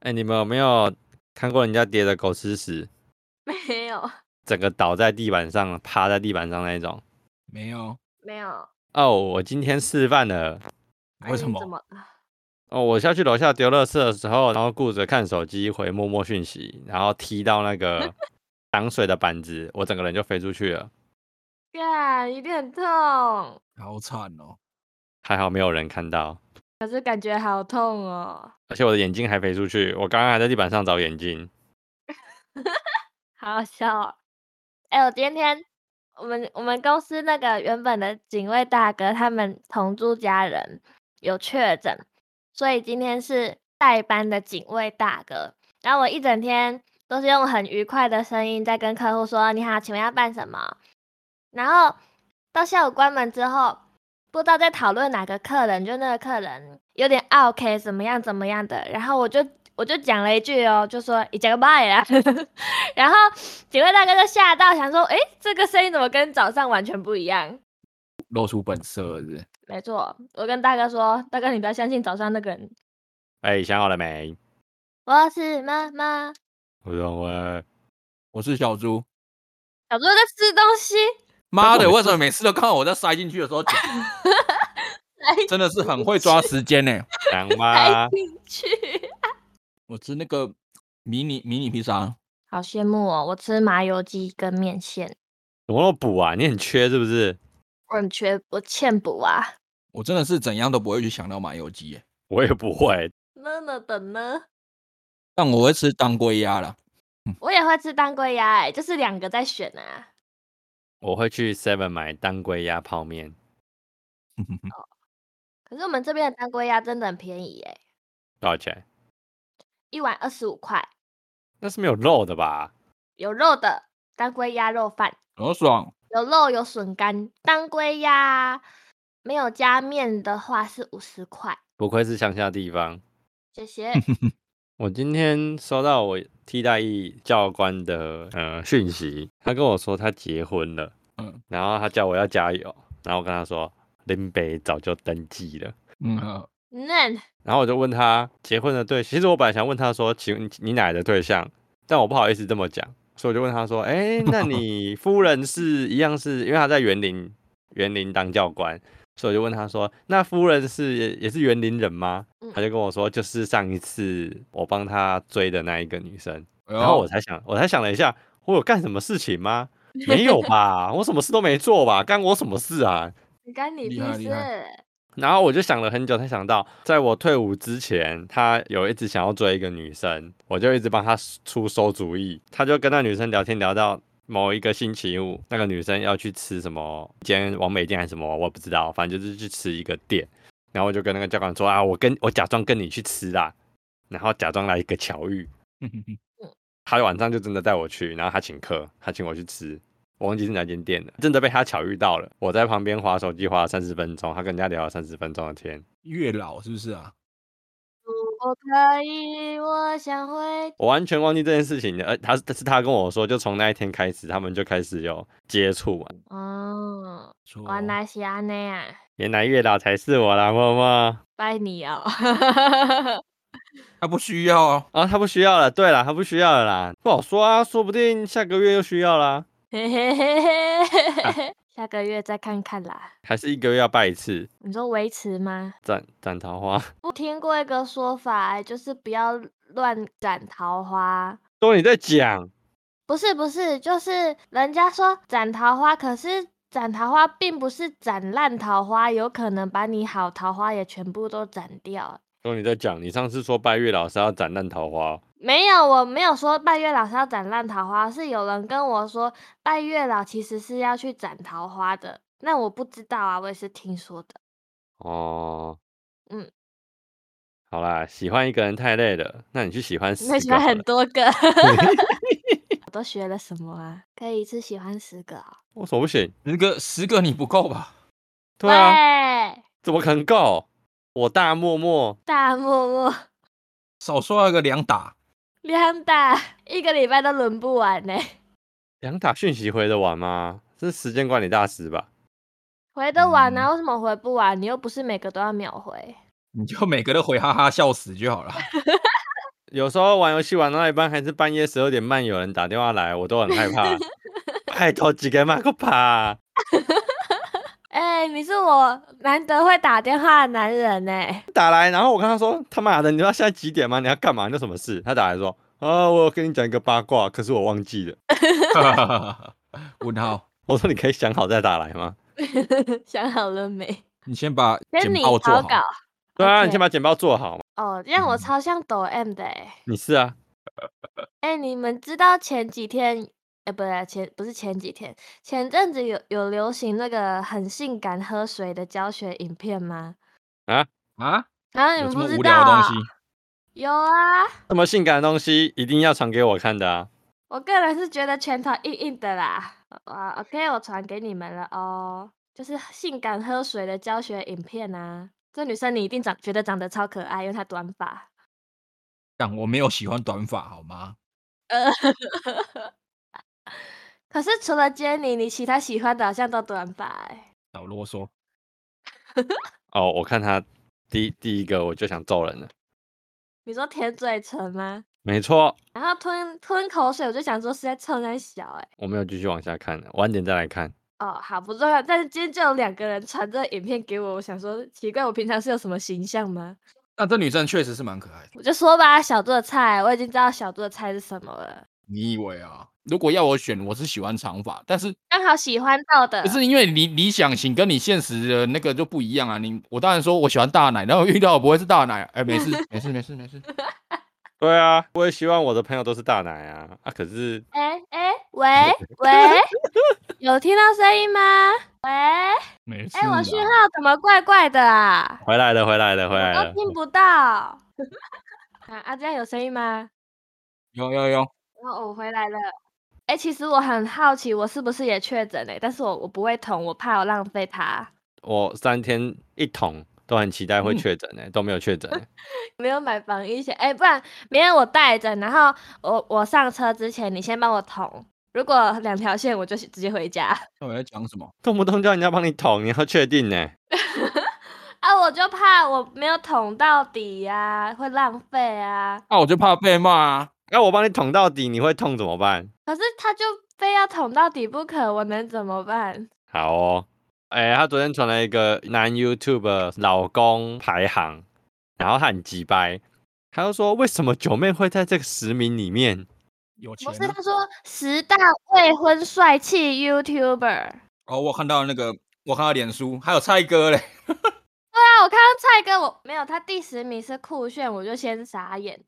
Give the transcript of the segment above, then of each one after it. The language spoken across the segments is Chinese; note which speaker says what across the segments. Speaker 1: 哎、你们有没有看过人家跌的狗吃屎，
Speaker 2: 没有，
Speaker 1: 整个倒在地板上，趴在地板上那一种？
Speaker 3: 没有，
Speaker 2: 没有。
Speaker 1: 哦，我今天示范了。
Speaker 2: 啊
Speaker 3: 为什
Speaker 2: 你
Speaker 3: 么
Speaker 2: 怎么
Speaker 1: 哦，我下去楼下丢垃圾的时候，然后顾着看手机回陌陌讯息，然后踢到那个挡水的板子，我整个人就飞出去了。
Speaker 2: 干？一定很痛，
Speaker 3: 好惨哦！
Speaker 1: 还好没有人看到，
Speaker 2: 可是感觉好痛哦。
Speaker 1: 而且我的眼镜还飞出去。我刚刚还在地板上找眼镜。
Speaker 2: 好好笑、哦！哎、我今天我们我们公司那个原本的警卫大哥，他们同住家人有确诊，所以今天是代班的警卫大哥。然后我一整天都是用很愉快的声音在跟客户说：“你好，请问要办什么？”然后到下午关门之后，不知道在讨论哪个客人，就那个客人有点 OK 怎么样怎么样的，然后我就我就讲了一句哦，就说已经个啊拜啦， 然后警卫大哥就吓到，想说，诶，这个声音怎么跟早上完全不一样？
Speaker 3: 露出本色了是不是
Speaker 2: 没错，我跟大哥说，大哥你不要相信早上那个人，
Speaker 1: 哎、想好了没？
Speaker 2: 我是妈妈，
Speaker 1: 我认为
Speaker 3: 我是小猪。
Speaker 2: 小猪在吃东西，
Speaker 3: 妈的，
Speaker 1: 我
Speaker 3: 为什么每次都看到我在塞进去的时候讲？真的是很会抓时间呢、
Speaker 1: 想
Speaker 2: 塞
Speaker 1: 吗？
Speaker 2: 进去。
Speaker 3: 我吃那个迷你迷你披萨，
Speaker 2: 好羡慕哦！我吃麻油鸡跟面线，
Speaker 1: 怎么那么补啊？你很缺是不是？
Speaker 2: 我很缺，我欠补啊。
Speaker 3: 我真的是怎样都不会去想到麻油鸡、欸，
Speaker 1: 我也不会。
Speaker 2: 呢呢的呢，
Speaker 3: 但我会吃当归鸭啦。
Speaker 2: 我也会吃当归鸭、欸，就是两个在选啊。
Speaker 1: 我会去 Seven 买当归鸭泡面，
Speaker 2: 可是我们这边的当归鸭真的很便宜耶、
Speaker 1: 多少钱？
Speaker 2: 一碗二十五块，
Speaker 1: 那是没有肉的吧？
Speaker 2: 有肉的当归鸭肉饭。
Speaker 3: 好爽，
Speaker 2: 有肉有笋干，当归鸭没有加面的话是五十块，
Speaker 1: 不愧是乡下地方。
Speaker 2: 谢 谢。
Speaker 1: 我今天收到我替代役教官的呃讯息，他跟我说他结婚了，
Speaker 3: 嗯
Speaker 1: 然后他叫我要加油，然后我跟他说林北早就登记了，
Speaker 3: 嗯，呃
Speaker 2: 嫩
Speaker 1: 然后我就问他结婚的对，其实我本来想问他说，请问你哪来的对象？但我不好意思这么讲，所以我就问他说，哎，那你夫人是一样是因为他在园林园林当教官，所以我就问他说，那夫人是也也是园林人吗
Speaker 2: 嗯？
Speaker 1: 他就跟我说，就是上一次我帮他追的那一个女生。
Speaker 3: 哎
Speaker 1: 然后我
Speaker 3: 呦，
Speaker 1: 才想，我才想了一下，我有干什么事情吗？没有吧，我什么事都没做吧，干我什么事啊？
Speaker 2: 干你
Speaker 3: 厉
Speaker 2: 屁
Speaker 3: 害厉害
Speaker 2: 事！
Speaker 1: 然后我就想了很久，才想到，在我退伍之前，他有一直想要追一个女生，我就一直帮他出馊主意。他就跟那女生聊天，聊到某一个星期五，那个女生要去吃什么一间王美店还是什么，我也不知道，反正就是去吃一个店。然后我就跟那个教官说啊，我跟我假装跟你去吃啦，然后假装来一个巧遇，他晚上就真的带我去，然后他请客，他请我去吃，我忘记是哪间店了，真的被他巧遇到了。我在旁边划手机划了三十分钟，他跟人家聊了三十分钟的天。
Speaker 3: 月老是不是啊？
Speaker 2: 如果可以，我想回。
Speaker 1: 我完全忘记这件事情了，而他是是他跟我说，就从那一天开始，他们就开始有接触嘛。
Speaker 2: 哦，
Speaker 3: 说
Speaker 2: 原来是安内啊，
Speaker 1: 原来月老才是我啦，默默。
Speaker 2: 拜你哦。
Speaker 3: 他不需要啊，
Speaker 1: 啊，他不需要了。对了，他不需要了啦，不好说啊，说不定下个月又需要啦，
Speaker 2: 嘿嘿嘿
Speaker 3: 啊
Speaker 2: 嘿嘿 下个月再看看啦。
Speaker 1: 还是一个月要拜一次，
Speaker 2: 你说维持吗？
Speaker 1: 斩斩桃花。
Speaker 2: 我听过一个说法、哎就是不要乱斩桃花。
Speaker 1: 都你在讲，
Speaker 2: 不是不是，就是人家说斩桃花，可是斩桃花并不是斩烂桃花，有可能把你好桃花也全部都斩掉。
Speaker 1: 都你在讲。你上次说拜月老是要斩烂桃花哦、
Speaker 2: 没有，我没有说拜月老是要斩烂桃花，是有人跟我说拜月老其实是要去斩桃花的。那我不知道啊，我也是听说的。
Speaker 1: 哦，
Speaker 2: 嗯，
Speaker 1: 好啦，喜欢一个人太累了，那你去喜欢十
Speaker 2: 那喜
Speaker 1: 个
Speaker 2: 欢
Speaker 1: 好
Speaker 2: 很
Speaker 1: 了
Speaker 2: 多个， 我都学了什么啊？可以一次喜欢十个啊、
Speaker 1: 为什么不行？
Speaker 3: 十个十个你不够吧？
Speaker 1: 对啊，
Speaker 2: 喂，
Speaker 1: 怎么可能够？我大默默
Speaker 2: 大默默
Speaker 3: 少说那个两打，
Speaker 2: 两打，一个礼拜都轮不完呢、
Speaker 1: 两打讯息回得完吗？这是时间管理大师吧？
Speaker 2: 回得完啊？
Speaker 3: 嗯
Speaker 2: 为什么回不完？你又不是每个都要秒回。
Speaker 3: 你就每个都回哈哈笑死就好了。
Speaker 1: 有时候玩游戏玩到一半，还是半夜十二点半有人打电话来，我都很害怕。拜托几个马克帕，
Speaker 2: 哎、你是我难得会打电话的男人呢、
Speaker 1: 打来，然后我跟他说：“他妈的，你知道现在几点吗？你要干嘛？你有什么事？”他打来说：“啊，我有跟你讲一个八卦，可是我忘记了。
Speaker 3: 问号，”
Speaker 1: 我说：“你可以想好再打来吗
Speaker 2: 想好了没？
Speaker 3: 你先把
Speaker 2: 先
Speaker 3: 简
Speaker 2: 你
Speaker 3: 报
Speaker 2: 草
Speaker 3: 做好
Speaker 2: 稿。？”
Speaker 1: 对啊，
Speaker 2: OK
Speaker 1: 你先把简报做好嘛。
Speaker 2: 哦，这样我
Speaker 3: 嗯
Speaker 2: 超像抖 M 的哎、
Speaker 1: 你是啊，
Speaker 2: 哎、你们知道前几天，呃，不对，前不是前几天，前阵子有有流行那个很性感喝水的教学影片吗？
Speaker 3: 啊！
Speaker 2: 啊，你
Speaker 3: 有
Speaker 2: 们
Speaker 3: 这
Speaker 2: 不
Speaker 3: 么
Speaker 2: 知
Speaker 3: 无
Speaker 2: 道、
Speaker 3: 聊的
Speaker 2: 啊？
Speaker 3: 东西？
Speaker 2: 有啊，
Speaker 1: 这么性感的东西一定要传给我看的啊！
Speaker 2: 我个人是觉得拳头硬硬的啦。啊，OK，我传给你们了哦，就是性感喝水的教学影片啊。这女生你一定长觉得长得超可爱，因为她短发。
Speaker 3: 但我没有喜欢短发，好吗？
Speaker 2: 呃，可是除了 Jenny，你其他喜欢的好像都短发、欸。
Speaker 3: 少啰嗦。
Speaker 1: 哦，我看他第第一个我就想揍人了。
Speaker 2: 你说舔嘴唇吗？
Speaker 1: 没错，
Speaker 2: 然后吞吞口水，我就想说是在冲三小哎、
Speaker 1: 我没有继续往下看了，晚点再来看。
Speaker 2: 哦，好不重要，但是今天就有两个人传这个影片给我，我想说奇怪，我平常是有什么形象吗？
Speaker 3: 但这女生确实是蛮可爱的。
Speaker 2: 我就说吧，小做菜，我已经知道小做菜是什么了，
Speaker 3: 你以为啊？如果要我选，我是喜欢长发，但是
Speaker 2: 刚好喜欢到的，
Speaker 3: 可是因为理理想型跟你现实的那个就不一样啊。你我当然说我喜欢大奶，然后遇到我不会是大奶，哎、没事没事没 事没事，
Speaker 1: 对啊，我也希望我的朋友都是大奶啊啊！可是
Speaker 2: 哎哎、 喂喂，有听到声音吗？喂，哎、
Speaker 3: 没事。
Speaker 2: 我讯号怎么怪怪的啊？
Speaker 1: 回来了，回来了，回来
Speaker 2: 我
Speaker 1: 了
Speaker 2: 都。听不到。 啊啊，这样有声音吗？
Speaker 3: 有有有，
Speaker 2: 然后我回来了。哎、其实我很好奇，我是不是也确诊嘞？但是我我不会捅，我怕我浪费它。
Speaker 1: 我三天一捅，都很期待会
Speaker 3: 嗯
Speaker 1: 确诊呢、都没有确诊、欸。
Speaker 2: 没有买防疫险，哎、不然明天我带着，然后我我上车之前，你先帮我捅。如果两条线，我就直接回家。
Speaker 3: 到底在讲什么？
Speaker 1: 动不动叫人家帮你捅，你要确定欸呢、
Speaker 2: 啊，我就怕我没有捅到底呀、会浪费啊。
Speaker 3: 那、我就怕被骂啊。
Speaker 1: 那我帮你捅到底，你会痛怎么办？
Speaker 2: 可是他就非要捅到底不可，我能怎么办？
Speaker 1: 好哦，哎、他昨天传了一个男 YouTube 老公排行，然后他很鸡掰，他就说为什么九妹会在这个十名里面？
Speaker 3: 有钱
Speaker 2: 不
Speaker 3: 啊、
Speaker 2: 是，他说十大未婚帅气 YouTuber。
Speaker 3: 哦，我看到那个，我看到脸书还有蔡哥嘞，
Speaker 2: 啊，我看到蔡哥，我没有他第十名是酷炫，我就先傻眼。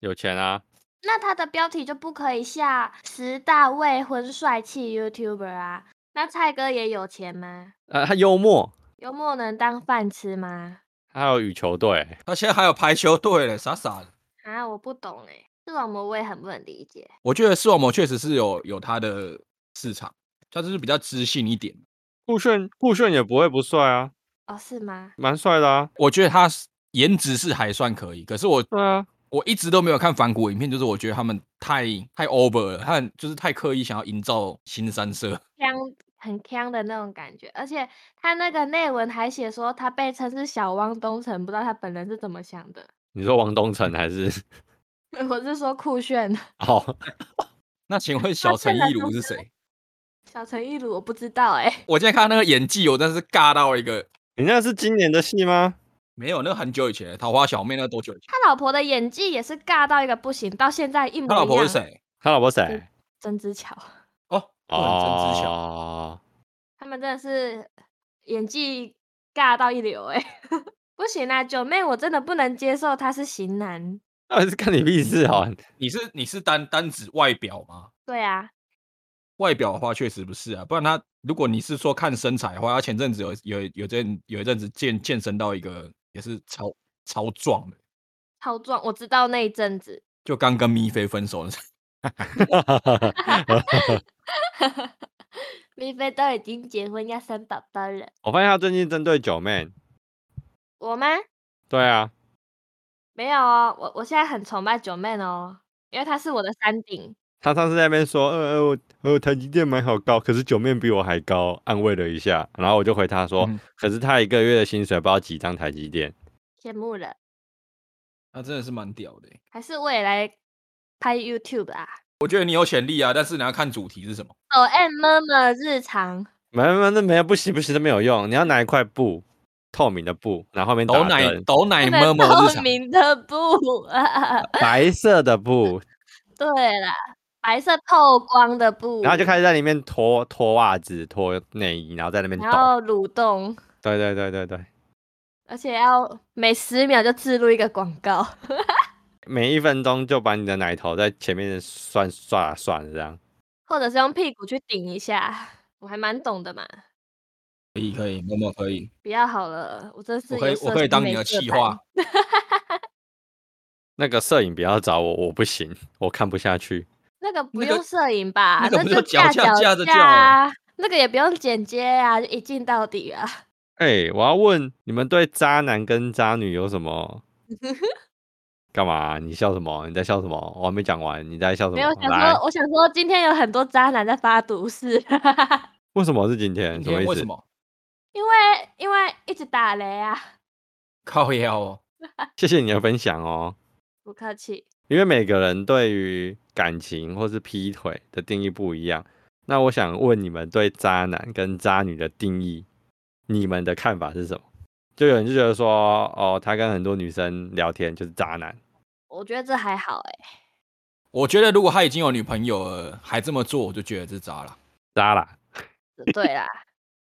Speaker 1: 有钱啊，
Speaker 2: 那他的标题就不可以下十大未婚帅气 YouTuber 啊？那蔡哥也有钱吗？
Speaker 1: 呃，他幽默，
Speaker 2: 幽默能当饭吃吗？
Speaker 1: 他有羽球队，
Speaker 3: 他现在还有排球队嘞，傻傻的。
Speaker 2: 啊，我不懂哎、这种我也很不能理解。
Speaker 3: 我觉得视网膜确实是有有它的市场，它就是比较知性一点。
Speaker 1: 顾炫顾炫也不会不帅啊，
Speaker 2: 哦，是吗？
Speaker 1: 蛮帅的啊，
Speaker 3: 我觉得他是颜值是还算可以，可是我
Speaker 1: 对啊，
Speaker 3: 我一直都没有看反骨影片，就是我觉得他们太太 over 了，他很就是太刻意想要营造新三色。
Speaker 2: 腔很腔的那种感觉，而且他那个内文还写说他被称是小汪东城，不知道他本人是怎么想的。
Speaker 1: 你说王东城还是？
Speaker 2: 我是说酷炫，
Speaker 1: 哦，
Speaker 3: 那请问小陈一鲁是谁？
Speaker 2: 小陈一鲁我不知道哎、
Speaker 3: 我今天看他那个演技，我真是尬到一个
Speaker 1: 你那是今年的戏吗？
Speaker 3: 没有，那个很久以前了，桃花小妹那个多久以前？
Speaker 2: 他老婆的演技也是尬到一个不行，到现在一模一
Speaker 3: 他
Speaker 2: 样。
Speaker 3: 老婆是？谁？
Speaker 1: 他老婆谁？
Speaker 2: 曾之乔，
Speaker 3: 哦，哦，真知晓。
Speaker 1: 哦，
Speaker 2: 他们真的是演技尬到一流哎、 不行啊，九妹，我真的不能接受他是型男。
Speaker 1: 到底是看你屁事 哦！
Speaker 3: 你是你是单单指外表吗？
Speaker 2: 对啊，
Speaker 3: 外表的话确实不是啊，不然他如果你是说看身材的话，他前阵子有有有阵有一阵子健健身到一个也是超超壮的，
Speaker 2: 超壮，我知道那一阵子。
Speaker 3: 就刚跟咪菲分手的时候
Speaker 2: 咪菲都已经结婚要生宝宝了，
Speaker 1: 我发现他最近针对九妹，
Speaker 2: 我吗？
Speaker 1: 对啊，
Speaker 2: 没有哦，我我现在很崇拜九妹哦，因为她是我的山顶。
Speaker 1: 他上次在那边说，呃呃，我呃台积电买好高，可是九妹比我还高，安慰了一下，然后我就回他说，
Speaker 3: 嗯
Speaker 1: 可是他一个月的薪水不知道几张台积电，
Speaker 2: 羡慕了，
Speaker 3: 那真的是蛮屌的欸。
Speaker 2: 还是我也来拍 YouTube 啊
Speaker 3: 我觉得你有潜力啊，但是你要看主题是什么。
Speaker 2: ？O M 妈妈日常
Speaker 1: 没没那没有不行不行，那没有用。你要拿一块布，透明的布，然后后面
Speaker 3: 抖
Speaker 1: 打
Speaker 3: 奶
Speaker 1: 灯，
Speaker 3: 抖奶
Speaker 2: 那个
Speaker 3: 么么日
Speaker 2: 透
Speaker 3: 常，
Speaker 2: 明的布啊，
Speaker 1: 白色的 布，
Speaker 2: 嗯对啦，白色透光的布，
Speaker 1: 然后就开始在里面脱脱袜子、脱内衣，然后在那边
Speaker 2: 然
Speaker 1: 抖。
Speaker 2: 后蠕动，
Speaker 1: 对对对对对，
Speaker 2: 而且要每十秒就置入一个广告。
Speaker 1: 每一分钟就把你的奶头在前面算刷算这样。
Speaker 2: 或者是用屁股去顶一下，我还蛮懂的嘛。
Speaker 3: 可以可以，默默可以，
Speaker 2: 不要好了，我真是
Speaker 3: 我可
Speaker 2: 有
Speaker 3: 以
Speaker 2: 色
Speaker 3: 我可以
Speaker 2: 心
Speaker 3: 当
Speaker 2: 没
Speaker 3: 你的
Speaker 2: 色
Speaker 3: 企
Speaker 2: 胆
Speaker 3: 划。
Speaker 1: 那个摄影不要找我，我不行，我看不下去。
Speaker 2: 那个不
Speaker 3: 那个
Speaker 2: 用摄影吧？
Speaker 3: 那个不
Speaker 2: 就
Speaker 3: 就脚
Speaker 2: 架
Speaker 3: 架架着
Speaker 2: 架
Speaker 3: 叫哦
Speaker 2: 啊，那个也不用剪接啊，就一镜到底啊。
Speaker 1: 哎、我要问你们对渣男跟渣女有什 么？干嘛？你笑什么？你在笑什么？我还没讲完，你在笑什么？
Speaker 2: 没有我想
Speaker 1: 来
Speaker 2: 说，我想说今天有很多渣男在发毒誓，
Speaker 1: 为什么是今天？嗯什
Speaker 3: 今
Speaker 1: 么
Speaker 3: 天
Speaker 1: 意
Speaker 3: 为
Speaker 1: 思
Speaker 3: 什？么
Speaker 2: 因为因为一直打雷啊。
Speaker 3: 靠腰哦？
Speaker 1: 谢谢你的分享哦。
Speaker 2: 不客气，
Speaker 1: 因为每个人对于感情或是劈腿的定义不一样，那我想问你们对渣男跟渣女的定义，你们的看法是什么？就有人就觉得说，哦，他跟很多女生聊天就是渣男，
Speaker 2: 我觉得这还好哎、
Speaker 3: 我觉得如果他已经有女朋友了，还这么做，我就觉得这渣了。
Speaker 1: 渣啦，
Speaker 2: 对啦，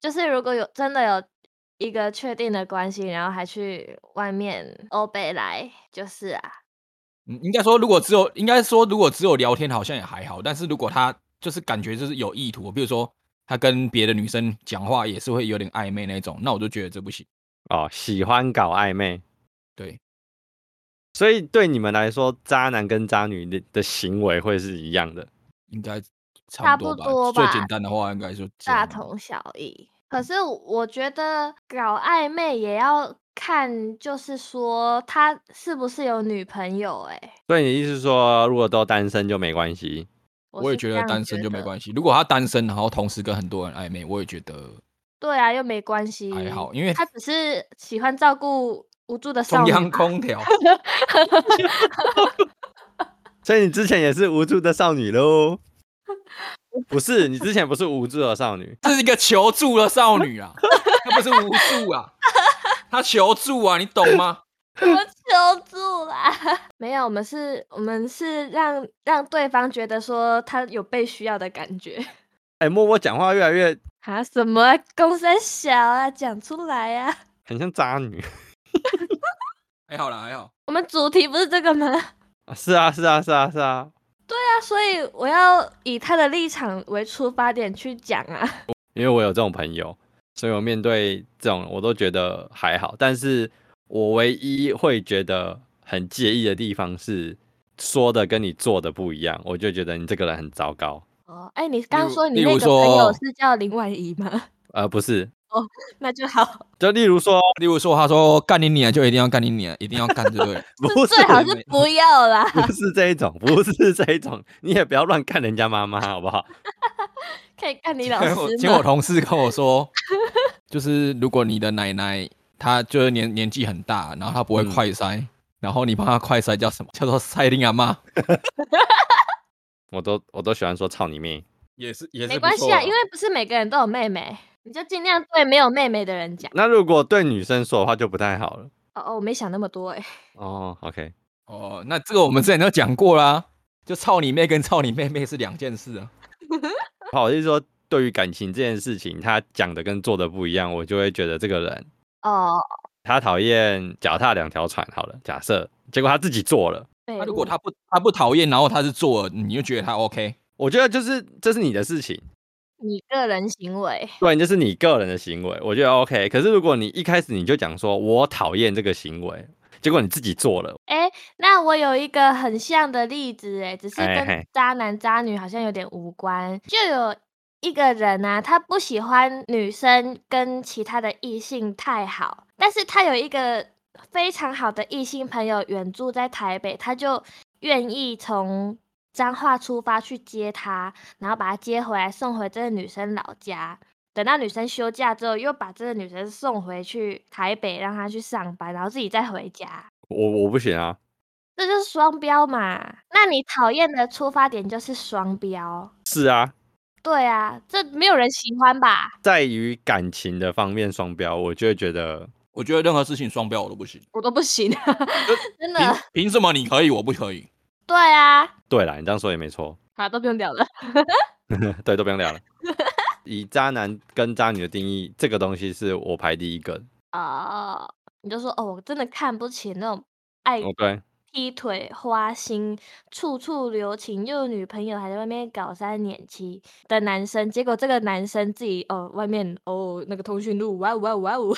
Speaker 2: 就是如果有真的有一个确定的关系，然后还去外面欧北来，就是啊，
Speaker 3: 嗯，应该说如果只有，应该说如果只有聊天，好像也还好。但是如果他就是感觉就是有意图，比如说他跟别的女生讲话也是会有点暧昧那种，那我就觉得这不行。
Speaker 1: 哦，喜欢搞暧昧，
Speaker 3: 对，
Speaker 1: 所以对你们来说，渣男跟渣女的的行为会是一样的。
Speaker 3: 应该
Speaker 2: 差
Speaker 3: 差
Speaker 2: 不
Speaker 3: 不吧。
Speaker 2: 多
Speaker 3: 最
Speaker 2: 吧
Speaker 3: 简单的话应该就这
Speaker 2: 大
Speaker 3: 样
Speaker 2: 同小异。可是我觉得搞暧昧也要看，就是说他是不是有女朋友、欸？哎，
Speaker 1: 所以你的意思是说，如果都单身就没关系？
Speaker 3: 我也
Speaker 2: 是
Speaker 3: 觉
Speaker 2: 这
Speaker 3: 得
Speaker 2: 样
Speaker 3: 单身就没
Speaker 2: 觉得
Speaker 3: 关系。如果他单身，然后同时跟很多人暧昧，我也觉得
Speaker 2: 对啊，又没关系，
Speaker 3: 还好，因为
Speaker 2: 他只是喜欢照顾无助的少
Speaker 3: 中
Speaker 2: 女啊
Speaker 3: 央
Speaker 2: 嘛
Speaker 3: 空调
Speaker 1: 所以你之前也是无助的少女喽？不是，你之前不是无助的少女，
Speaker 3: 这是一个求助的少女啊，她不是无助啊，她求助啊，你懂吗？
Speaker 2: 我求助啦！ 没有，我们是，我们是让让对方觉得说他有被需要的感觉
Speaker 1: 哎、默默讲话越来越
Speaker 2: 啊！什么啊公三小啊，讲出来啊！
Speaker 1: 很像渣女
Speaker 3: 还好啦，还好。
Speaker 2: 我们主题不是这个吗？
Speaker 1: 啊！是啊，是啊，是啊，是啊。
Speaker 2: 那所以我要以他的立场为出发点去讲啊。
Speaker 1: 因为我有这种朋友，所以我面对这种我都觉得还好。但是我唯一会觉得很介意的地方是，说的跟你做的不一样，我就觉得你这个人很糟糕。
Speaker 2: 哦，哎，你刚
Speaker 3: 如
Speaker 2: 说你
Speaker 3: 例
Speaker 2: 那
Speaker 3: 如
Speaker 2: 个朋友
Speaker 3: 说
Speaker 2: 是叫林婉仪吗？
Speaker 1: 呃，不是，
Speaker 2: 那就好，
Speaker 1: 就例如说，
Speaker 3: 例如说，他说干你娘就一定要干你娘，一定要干，对 不对了？
Speaker 1: 不是
Speaker 2: 最好
Speaker 3: 你
Speaker 2: 是
Speaker 3: 们
Speaker 2: 不要啦。
Speaker 1: 不是这一种，不是这一种，你也不要乱看人家妈妈，好不好？
Speaker 2: 可以看你老
Speaker 3: 结果
Speaker 2: 师
Speaker 3: 结果我
Speaker 2: 吗？
Speaker 3: 同事跟我说， 就是如果你的奶奶她就是年年纪很大，然后她不会
Speaker 1: 嗯
Speaker 3: 快塞，然后你帮她快塞叫什么？ 叫做塞丁阿妈，
Speaker 1: 我都我都喜欢说操你妹。
Speaker 3: 也是也
Speaker 2: 没关系啊，因为不是每个人都有妹妹，你就尽量对没有妹妹的人讲。
Speaker 1: 那如果对女生说的话就不太好了。
Speaker 2: 哦哦，我没想那么多哎、
Speaker 1: 哦，OK，
Speaker 3: 哦，那这个我们之前都讲过啦，就操你妹跟操你妹妹是两件事啊。
Speaker 1: 好，我就是说，对于感情这件事情，他讲的跟做的不一样，我就会觉得这个人
Speaker 2: 哦，
Speaker 1: 他讨厌脚踏两条船。好了，假设结果他自己做了，
Speaker 2: 对，
Speaker 3: 那、如果她不她不讨厌，然后她是做了，你就觉得她 OK，
Speaker 1: 我觉得就是这是你的事情，
Speaker 2: 你个人行为，
Speaker 1: 对，这是你个人的行为，我觉得 OK。可是如果你一开始你就讲说我讨厌这个行为，结果你自己做了，
Speaker 2: 哎、那我有一个很像的例子、哎，只是
Speaker 1: 哎
Speaker 2: 跟
Speaker 1: 嘿
Speaker 2: 渣男渣女好像有点无关，就有一个人啊，他不喜欢女生跟其他的异性太好，但是他有一个非常好的异性朋友远住在台北，他就愿意从彰化出发去接他，然后把他接回来送回这个女生老家。等到女生休假之后，又把这个女生送回去台北，让她去上班，然后自己再回家。
Speaker 1: 我我不行啊，
Speaker 2: 这就是双标嘛。那你讨厌的出发点就是双标，
Speaker 1: 是啊，
Speaker 2: 对啊，这没有人喜欢吧？
Speaker 1: 在于感情的方面双标，我就会觉得
Speaker 3: 我觉得任何事情双标我都不行，
Speaker 2: 我都 不行，真的。
Speaker 3: 凭凭什么你可以我不可以？
Speaker 2: 对啊，
Speaker 1: 对啦，你这样说也没错，
Speaker 2: 好，都不用聊了。
Speaker 1: 对，都不用聊了。以渣男跟渣女的定义，这个东西是我排第一个。
Speaker 2: 哦，你就说哦，我真的看不起那种爱
Speaker 1: 哦，对，
Speaker 2: 劈腿、花心、处处留情，又有女朋友还在外面搞三年七的男生，结果这个男生自己哦，外面哦那个通讯录，哇哦哇哦哇哦，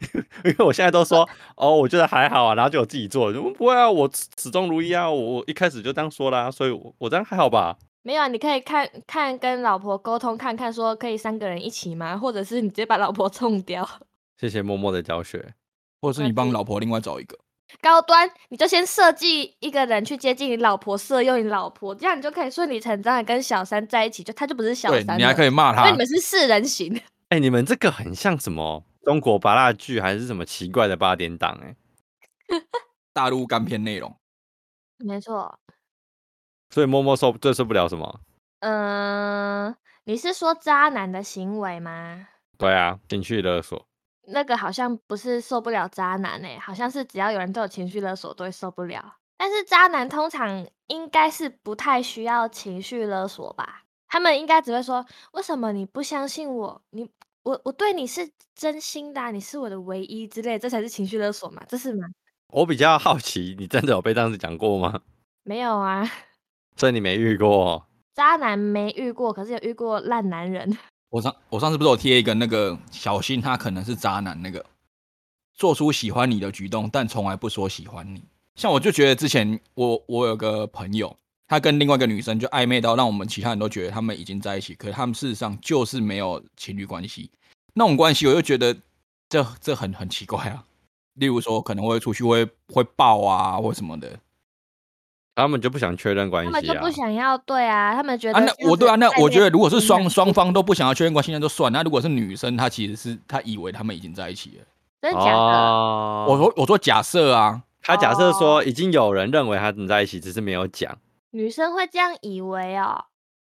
Speaker 1: 因为我现在都说哦，我觉得还好啊，然后就我自己做，就不会啊，我始始终如一啊，我我一开始就这样说啦，所以我我这样还好吧。
Speaker 2: 没有啊，你可以看看跟老婆沟通看看，说可以三个人一起吗？或者是你直接把老婆 冲掉，
Speaker 1: 谢谢默默的教学，
Speaker 3: 或者是
Speaker 2: 那
Speaker 3: 你帮
Speaker 2: 就
Speaker 3: 老婆另外找一个？
Speaker 2: 高端你就先设计一个人去接近你老婆，色诱你老婆，这样你就可以顺理成章的跟小三在一起，就他就不是小
Speaker 3: 对
Speaker 2: 三，
Speaker 3: 你还可
Speaker 2: 以，
Speaker 3: 以骂
Speaker 2: 因为
Speaker 3: 他
Speaker 2: 你。们是四人行。
Speaker 1: 哎、你们这个很像什么中国八大剧还是什么奇怪的八点档哎、
Speaker 3: 大陆干片内容，
Speaker 2: 没错，
Speaker 1: 所以默默受最受不了什么？
Speaker 2: 嗯、你是说渣男的行为吗？
Speaker 1: 对啊，情绪勒索。
Speaker 2: 那个好像不是受不了渣男诶、好像是只要有人对我情绪勒索都会受不了。但是渣男通常应该是不太需要情绪勒索吧？他们应该只会说：“为什么你不相信我？你我我对你是真心的啊、你是我的唯一之类，这才是情绪勒索嘛？这是吗？
Speaker 1: 我比较好奇，你真的有被这样子讲过吗？
Speaker 2: 没有啊，
Speaker 1: 所以你没遇过？哦
Speaker 2: 渣男没遇过，可是有遇过烂男人。
Speaker 3: 我上我上次不是有贴一个那个小心他可能是渣男那个，做出喜欢你的举动，但从来不说喜欢你。像我就觉得之前我我有个朋友，他跟另外一个女生就暧昧到让我们其他人都觉得他们已经在一起，可是他们事实上就是没有情侣关系。那种关系我就觉得这这很很奇怪啊。例如说可能会出去会会抱啊或什么的
Speaker 1: 啊他们就不想确认关
Speaker 2: 他们
Speaker 1: 系
Speaker 2: 就
Speaker 1: 啊
Speaker 2: 不。想要对啊，他们觉得
Speaker 3: 啊，
Speaker 2: 这样
Speaker 3: 那我对啊，
Speaker 2: 子
Speaker 3: 那
Speaker 2: 暧
Speaker 3: 我
Speaker 2: 昧
Speaker 3: 觉得如果是
Speaker 2: 很
Speaker 3: 双双方都不想要确认关系，那就算。那如果是女生，她其实是她以为他们已经在一起了。
Speaker 2: 真的假的？
Speaker 1: 哦
Speaker 3: 我说我说假设啊，
Speaker 1: 他假设
Speaker 2: 哦
Speaker 1: 说已经有人认为他们在一起，只是没有讲。
Speaker 2: 女生会这样以为哦，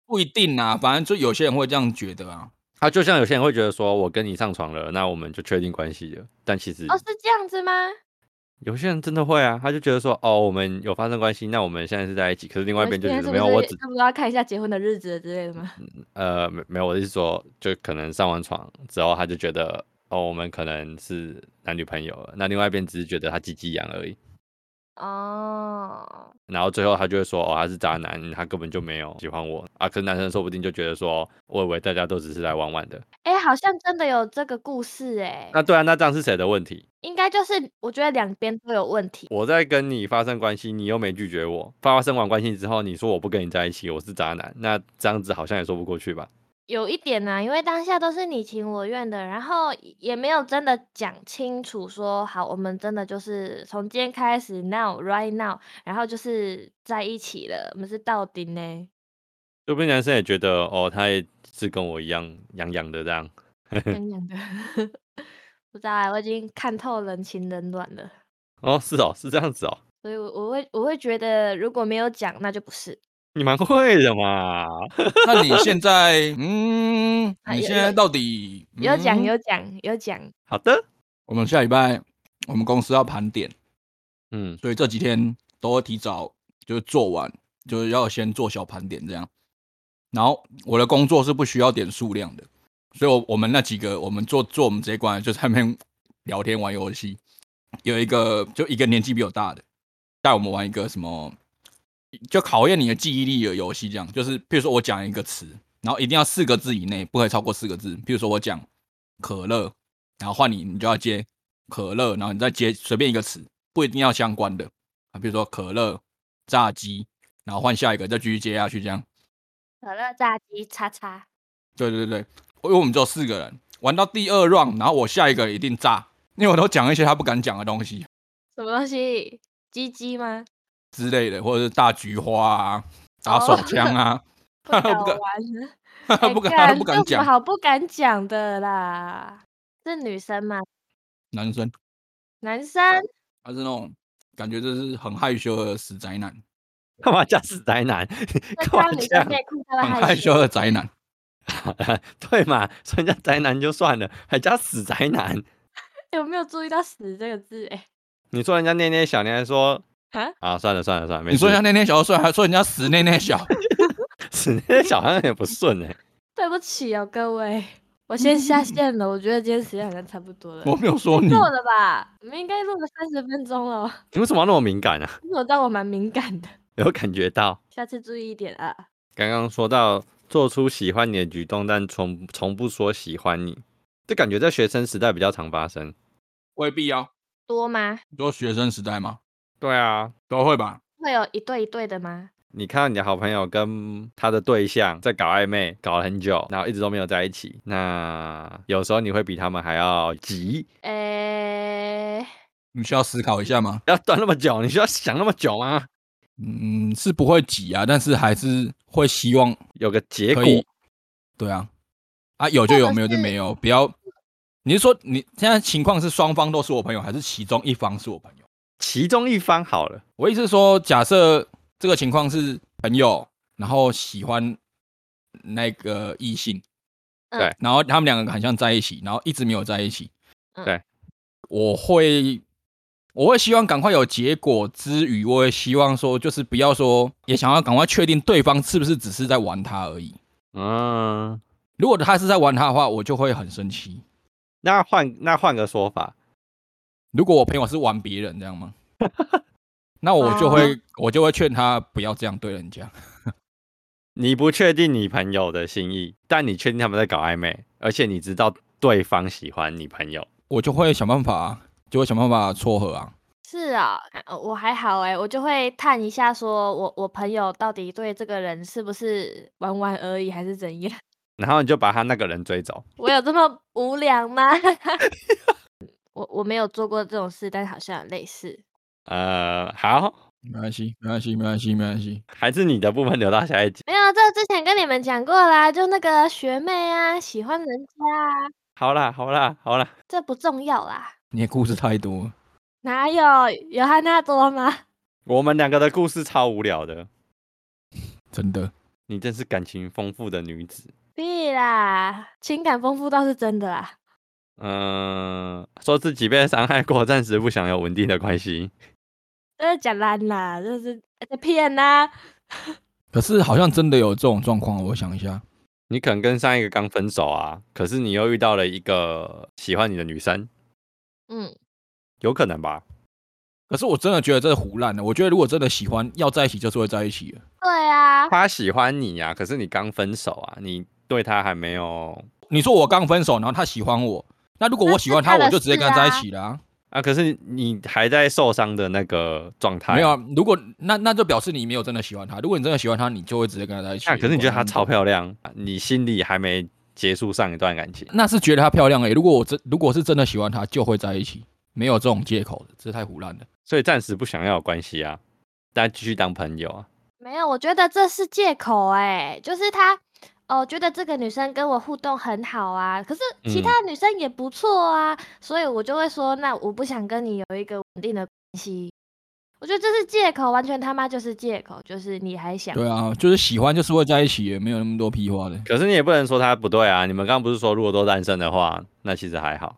Speaker 3: 不一定啊，反正就有些人会这样觉得啊。
Speaker 1: 他就像有些人会觉得说，我跟你上床了，那我们就确定关系了。但其实
Speaker 3: 嗯
Speaker 2: 哦是这样子吗？
Speaker 1: 有些人真的会啊，他就觉得说，哦，我们有发生关系，那我们现在是在一起。可是另外一边就觉
Speaker 2: 现在
Speaker 1: 得没
Speaker 2: 是
Speaker 1: 有，
Speaker 2: 不
Speaker 1: 我
Speaker 2: 是
Speaker 1: 只
Speaker 2: 他们都要看一下结婚的日子之类的吗？
Speaker 1: 呃没没有，我的意思说，就可能上完床之后，他就觉得，哦，我们可能是男女朋友了。那另外一边只是觉得他鸡鸡痒而已。
Speaker 2: 哦，
Speaker 1: 然后最后他就会说，哦，他是渣男，他根本就没有喜欢我啊。可是男生说不定就觉得说，哦我以为大家都只是来玩玩的。
Speaker 2: 哎，好像真的有这个故事哎，
Speaker 1: 那对啊，那这样是谁的问题？
Speaker 2: 应该就是我觉得两边都有问题。
Speaker 1: 我在跟你发生关系，你又没拒绝我。发生完关系之后，你说我不跟你在一起，我是渣男，那这样子好像也说不过去吧？
Speaker 2: 有一点啊呢、因为当下都是你情我愿的，然后也没有真的讲清楚说好，我们真的就是从今天开始 now right now，然后就是在一起了，我们是到底呢？
Speaker 1: 说不定男生也觉得哦，他也是跟我一样痒痒的这样。
Speaker 2: 痒痒的， 不知道啊，我已经看透人情冷暖了，
Speaker 1: 哦，是哦，是这样子哦，
Speaker 2: 所以我我会我会觉得如果没有讲，那就不是。
Speaker 1: 你蛮会的嘛。
Speaker 3: 那你现在，嗯，
Speaker 2: 啊
Speaker 3: 你
Speaker 2: 有
Speaker 3: 现在
Speaker 2: 有
Speaker 3: 到底
Speaker 2: 有讲
Speaker 3: 嗯
Speaker 2: 有讲有讲，
Speaker 1: 好的，
Speaker 3: 我们下礼拜我们公司要盘点，
Speaker 1: 嗯，
Speaker 3: 所以这几天都会提早就是做完，就是要先做小盘点这样。然后我的工作是不需要点数量的，所以我我们那几个我们做做我们这一关就在那边聊天玩游戏。有一个就一个年纪比我大的，带我们玩一个什么，就考验你的记忆力的游戏，这样就是比如说我讲一个词，然后一定要四个字以内，不可以超过四个字。比如说我讲可乐，然后换你，你就要接可乐，然后你再接随便一个词，不一定要相关的啊，比如说可乐、炸鸡，然后换下一个，再继续接下去这样。
Speaker 2: 可乐炸鸡叉叉，
Speaker 3: 对对对，因为我们只有四个人，玩到第二 round，然后我下一个一定炸，因为我都讲一些他不敢讲的东西
Speaker 2: 什么东西？鸡鸡吗？
Speaker 3: 之类的，或者是大菊花啊、打
Speaker 2: 哦
Speaker 3: 手枪 啊，
Speaker 2: 不
Speaker 3: 不
Speaker 2: 好 玩
Speaker 3: 敢
Speaker 2: 啊，
Speaker 3: 他
Speaker 2: 哎
Speaker 3: 都不敢，他
Speaker 2: 干
Speaker 3: 都
Speaker 2: 这
Speaker 3: 不敢
Speaker 2: 有什么
Speaker 3: 讲。
Speaker 2: 好不敢讲的啦。是女生吗？
Speaker 3: 男生，
Speaker 2: 男生
Speaker 3: 他是那种感觉这是很害羞的死宅男，
Speaker 1: 干嘛叫死宅男？
Speaker 2: 那
Speaker 1: 干嘛
Speaker 2: 穿女
Speaker 1: 这
Speaker 2: 生
Speaker 1: 样？
Speaker 2: 内裤他
Speaker 3: 很
Speaker 2: 会
Speaker 3: 害
Speaker 2: 害
Speaker 3: 羞的宅男。
Speaker 1: 对嘛，说人家宅男就算了，还加死宅男。
Speaker 2: 有哎没有注意到“死”这个字、欸？
Speaker 1: 你说人家捏捏小，你还说
Speaker 2: 哎，啊，
Speaker 1: 啊，算了算了算了，没
Speaker 3: 你说人
Speaker 1: 事
Speaker 3: 家内内小帅，还说人家死内内小，
Speaker 1: 死捏捏小好像也不顺哎、
Speaker 2: 对不起哦，各位，我先 下线了。我觉得今天时间好像差不多了。
Speaker 3: 我没有 说你。
Speaker 2: 够了吧？我们应该录了三十分钟哦 了，
Speaker 1: 你为什么要那么敏感啊？
Speaker 2: 你怎么知道我蛮敏感的？
Speaker 1: 有感觉到
Speaker 2: 下次注意一点啊。
Speaker 1: 刚刚说到做出喜欢你的举动，但从从不说喜欢你，这感觉在学生时代比较常发生。
Speaker 3: 未必要，
Speaker 2: 多吗？
Speaker 3: 你说学生时代吗？
Speaker 1: 对啊，
Speaker 3: 都会吧。
Speaker 2: 会有一对一对的吗？
Speaker 1: 你看到你的好朋友跟他的对象在搞暧昧，搞了很久，然后一直都没有在一起，那有时候你会比他们还要急，
Speaker 2: 诶、
Speaker 3: 你需要思考一下吗？
Speaker 1: 不要断那么久，你需要想那么久吗？
Speaker 3: 嗯，是不会挤啊，但是还是会希望
Speaker 1: 有个结果
Speaker 3: 可，以。对啊，啊有就
Speaker 2: 或者
Speaker 3: 有，没有就是没有，不要。你是说你现在情况是双方都是我朋友，还是其中一方是我朋友？
Speaker 1: 其中一方好了，
Speaker 3: 我意思是说，假设这个情况是朋友，然后喜欢那个异性，
Speaker 2: 嗯
Speaker 1: 对
Speaker 3: 然后他们两个很像在一起，然后一直没有在一起，
Speaker 2: 嗯
Speaker 1: 对，
Speaker 3: 我会我会希望赶快有结果之余，我也希望说就是不要说，也想要赶快确定对方是不是只是在玩他而已。
Speaker 1: 嗯，
Speaker 3: 如果他是在玩他的话，我就会很生气。
Speaker 1: 那换那换个说法，
Speaker 3: 如果我朋友是玩别人这样吗？ 那我就
Speaker 2: 啊
Speaker 3: 会、我就会劝他不要这样对人家。
Speaker 1: 你不确定你朋友的心意，但你确定他们在搞暧昧，而且你知道对方喜欢你朋友，
Speaker 3: 我就会想办法，啊就会想办法撮合啊。
Speaker 2: 是啊、呃我还好诶、我就会探一下，说我我朋友到底对这个人是不是玩玩而已，还是怎样？
Speaker 1: 然后你就把他那个人追走。
Speaker 2: 我有这么无良吗？ 我我没有做过这种事，但好像有类似。
Speaker 1: 呃，好，
Speaker 3: 没关系，没关系，没关系，没关系。
Speaker 1: 还是你的部分留到下一集。
Speaker 2: 没有，这之前跟你们讲过啦，就那个学妹啊，喜欢人家啊，
Speaker 1: 好啦，好啦，好啦，
Speaker 2: 这不重要啦。
Speaker 3: 你的故事太多了，
Speaker 2: 哪有有汉娜多吗？
Speaker 1: 我们两个的故事超无聊的。
Speaker 3: 真的。
Speaker 1: 你真是感情丰富的女子。
Speaker 2: 屁啦，情感丰富倒是真的啦。
Speaker 1: 嗯、说自己被伤害过，暂时不想有稳定的关系。
Speaker 2: 这是假烂啦，这是在骗啊啦。
Speaker 3: 可是好像真的有这种状况，我想一下，
Speaker 1: 你可能跟上一个刚分手啊，可是你又遇到了一个喜欢你的女生，
Speaker 2: 嗯，
Speaker 1: 有可能吧？
Speaker 3: 可是我真的觉得这是胡乱的。我觉得如果真的喜欢，要在一起就是会在一起的。
Speaker 2: 对啊，
Speaker 1: 他喜欢你呀、可是你刚分手啊，你对他还没有
Speaker 3: 你说我刚分手，然后他喜欢我，那如果我喜欢他，
Speaker 2: 那是他的
Speaker 3: 我就直接跟他在一起了、啊。
Speaker 1: 啊，可是你还在受伤的那个状态，
Speaker 3: 没有、啊，如果那那就表示你没有真的喜欢他。如果你真的喜欢他，你就会直接跟他在一起。嗯
Speaker 1: 啊。可是你觉得她超
Speaker 3: 超，
Speaker 1: 漂亮，你心里还没结束上一段感情。
Speaker 3: 那是觉得她漂亮诶、如果我真如果是真的喜欢她，就会在一起，没有这种借口的，这太胡乱了。
Speaker 1: 所以暂时不想要有关系啊，大家继续当朋友啊。
Speaker 2: 没有，我觉得这是借口哎、就是他哦，觉得这个女生跟我互动很好啊，可是其
Speaker 1: 嗯
Speaker 2: 他女生也不错啊，所以我就会说，那我不想跟你有一个稳定的关系。我觉得这是借口，完全他妈就是借口，就是你还想
Speaker 3: 对啊，就是喜欢就是会在一起的，没有那么多屁话的。
Speaker 1: 可是你也不能说他不对啊。你们刚刚不是说如果都单身的话，那其实还好。